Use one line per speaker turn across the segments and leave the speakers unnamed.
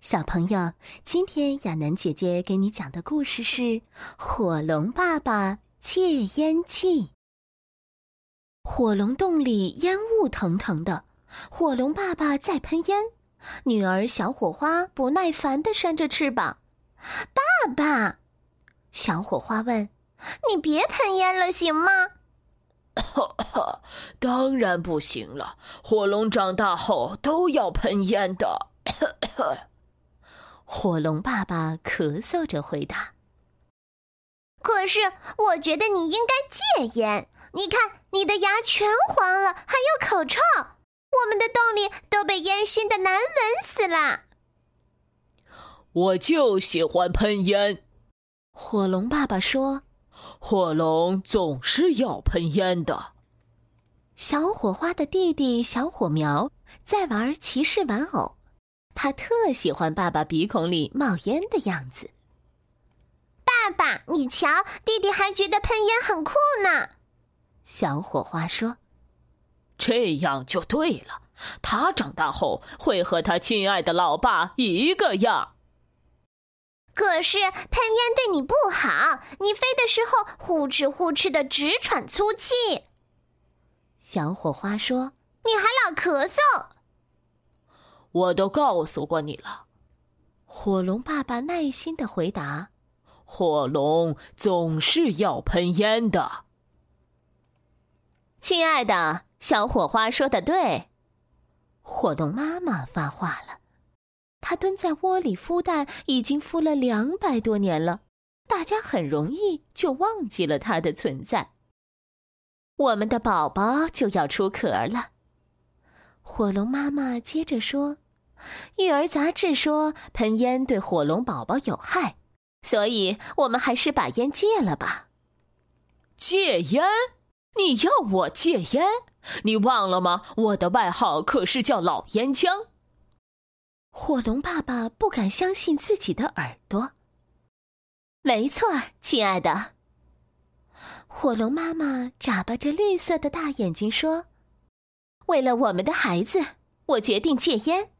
小朋友，今天亚楠姐姐给你讲的故事是《火龙爸爸戒烟记》。火龙洞里烟雾腾腾的，火龙爸爸在喷烟，女儿小火花不耐烦地扇着翅膀。
爸爸，
小火花问
你别喷烟了，行吗？
当然不行了，火龙长大后都要喷烟的。
火龙爸爸咳嗽着回答。
可是我觉得你应该戒烟。你看，你的牙全黄了，还有口臭，我们的洞里都被烟熏得难闻死了。
我就喜欢喷烟，
火龙爸爸说。
火龙总是要喷烟的。
小火花的弟弟小火苗在玩骑士玩偶，他特喜欢爸爸鼻孔里冒烟的样子。
爸爸，你瞧，弟弟还觉得喷烟很酷呢。
小火花说：“
这样就对了，他长大后会和他亲爱的老爸一个样。”
可是喷烟对你不好，你飞的时候呼哧呼哧的直喘粗气。
小火花说：“
你还老咳嗽。”
我都告诉过你了，
火龙爸爸耐心的回答：“
火龙总是要喷烟的。”
亲爱的，小火花说的对，火龙妈妈发话了。她蹲在窝里孵蛋，已经孵了两百多年了，大家很容易就忘记了它的存在。我们的宝宝就要出壳了。火龙妈妈接着说：“育儿杂志说喷烟对火龙宝宝有害，所以我们还是把烟戒了吧。”
戒烟？你要我戒烟？你忘了吗？我的外号可是叫老烟枪。
火龙爸爸不敢相信自己的耳朵。没错，亲爱的。火龙妈妈眨巴着绿色的大眼睛说：“为了我们的孩子，我决定戒烟。”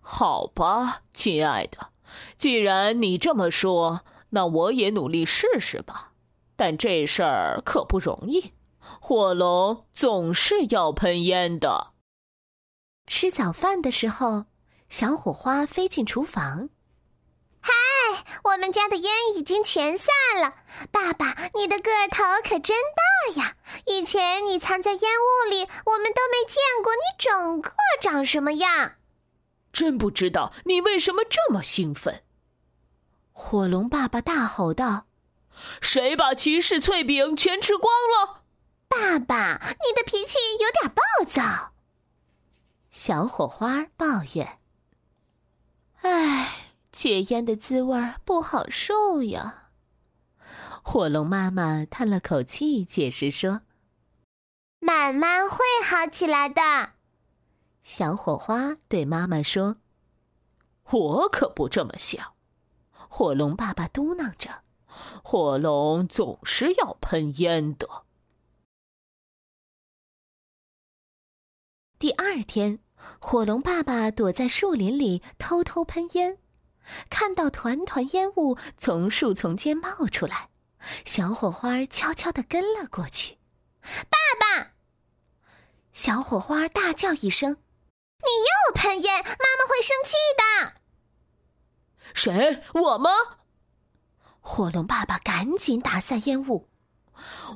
好吧，亲爱的，既然你这么说，那我也努力试试吧。但这事儿可不容易，火龙总是要喷烟的。
吃早饭的时候，小火花飞进厨房。
我们家的烟已经全散了，爸爸，你的个头可真大呀！以前你藏在烟雾里，我们都没见过你整个长什么样。
真不知道你为什么这么兴奋！
火龙爸爸大吼道：“
谁把骑士脆饼全吃光了？”
爸爸，你的脾气有点暴躁。
小火花抱怨：“唉。”戒烟的滋味不好受呀。火龙妈妈叹了口气，解释说：“
慢慢会好起来的。”
小火花对妈妈说：“
我可不这么想。”
火龙爸爸嘟囔着：“
火龙总是要喷烟的。”
第二天，火龙爸爸躲在树林里偷偷喷烟。看到团团烟雾从树丛间冒出来，小火花悄悄地跟了过去。
爸爸！
小火花大叫一声：“
你又喷烟，妈妈会生气的！”
谁？我吗？
火龙爸爸赶紧打散烟雾。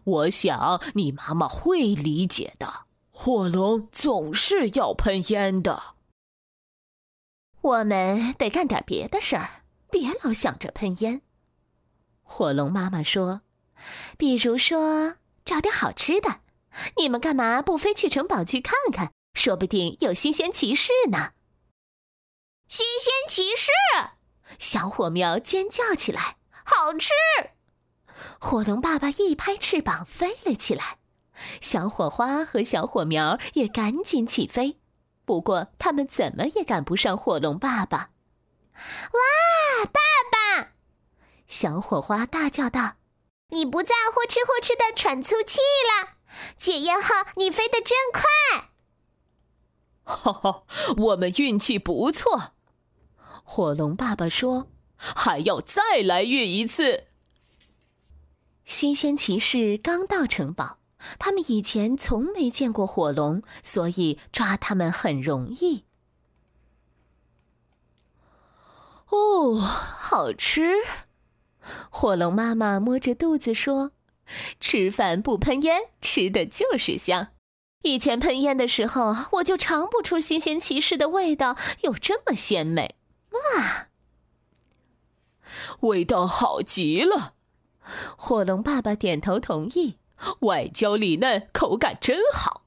我想你妈妈会理解的。火龙总是要喷烟的。
我们得干点别的事儿，别老想着喷烟。火龙妈妈说：“比如说找点好吃的，你们干嘛不飞去城堡去看看？说不定有新鲜骑士呢！”
新鲜骑士！
小火苗尖叫起来：“
好吃！”
火龙爸爸一拍翅膀飞了起来，小火花和小火苗也赶紧起飞。不过，他们怎么也赶不上火龙爸爸。
哇，爸爸！
小火花大叫道：“
你不再呼哧呼哧的喘粗气了，戒烟后你飞得真快！”
哈哈，我们运气不错，
火龙爸爸说
还要再来月一次。
新鲜骑士刚到城堡，他们以前从没见过火龙，所以抓他们很容易。哦，好吃！火龙妈妈摸着肚子说：“吃饭不喷烟，吃的就是香。以前喷烟的时候，我就尝不出新鲜骑士的味道有这么鲜美。”
味道好极了，
火龙爸爸点头同意，
外焦里嫩，口感真好。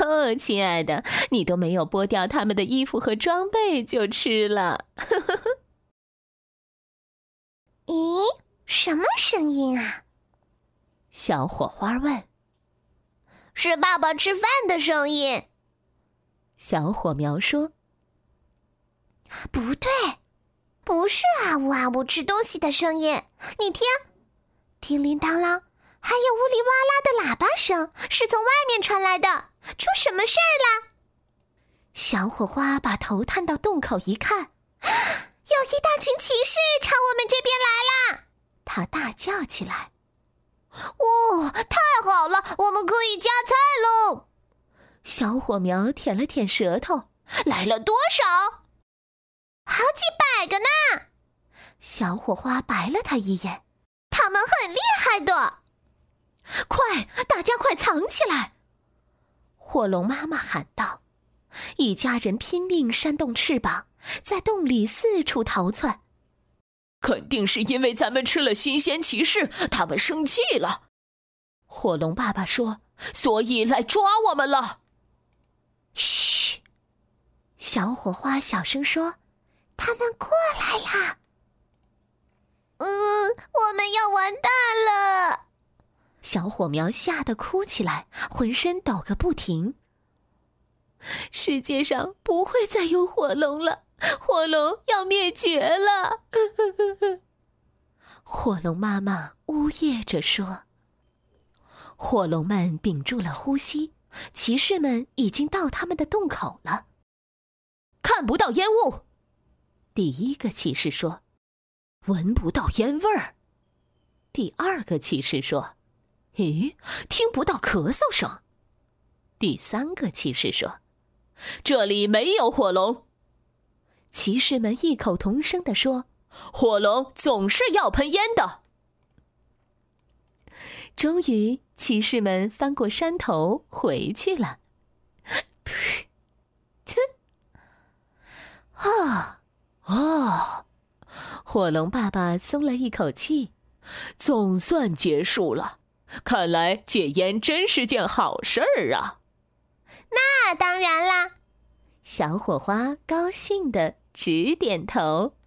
哦，亲爱的，你都没有剥掉他们的衣服和装备就吃了。
咦，什么声音啊？
小火花问。
是爸爸吃饭的声音。
小火苗说
不对，不是啊呜啊呜吃东西的声音。你听，叮铃当啷，还有呜里哇啦的喇叭声是从外面传来的。出什么事儿了？：“
小火花把头探到洞口一 看，
有一大群骑士朝我们这边来了！
他大叫起来。”
哦，太好了，我们可以加菜喽！
小火苗舔了舔舌头，
来了多少？好几百个呢！
小火花白了他一眼。
他们很厉害的。
快，大家快藏起来！火龙妈妈喊道。一家人拼命扇动翅膀，在洞里四处逃窜。
肯定是因为咱们吃了新鲜骑士，他们生气了，
火龙爸爸说
所以来抓我们了。：“
嘘。”小火花小声说
他们过来啦！嗯，我们要完蛋了！：“
小火苗吓得哭起来，浑身抖个不停。”世界上不会再有火龙了，火龙要灭绝了。火龙妈妈呜咽着说。火龙们屏住了呼吸，骑士们已经到他们的洞口了。
看不到烟雾，
第一个骑士说：“闻不到烟味儿。”第二个骑士说：“咦，听不到咳嗽声。”第三个骑士说
这里没有火龙，：“
骑士们异口同声地说
火龙总是要喷烟的。：‘
终于，骑士们翻过山头回去了。噗呲啊啊！火龙爸爸松了一口气。
总算结束了，看来戒烟真是件好事儿啊！
那当然啦。
小火花高兴的直点头。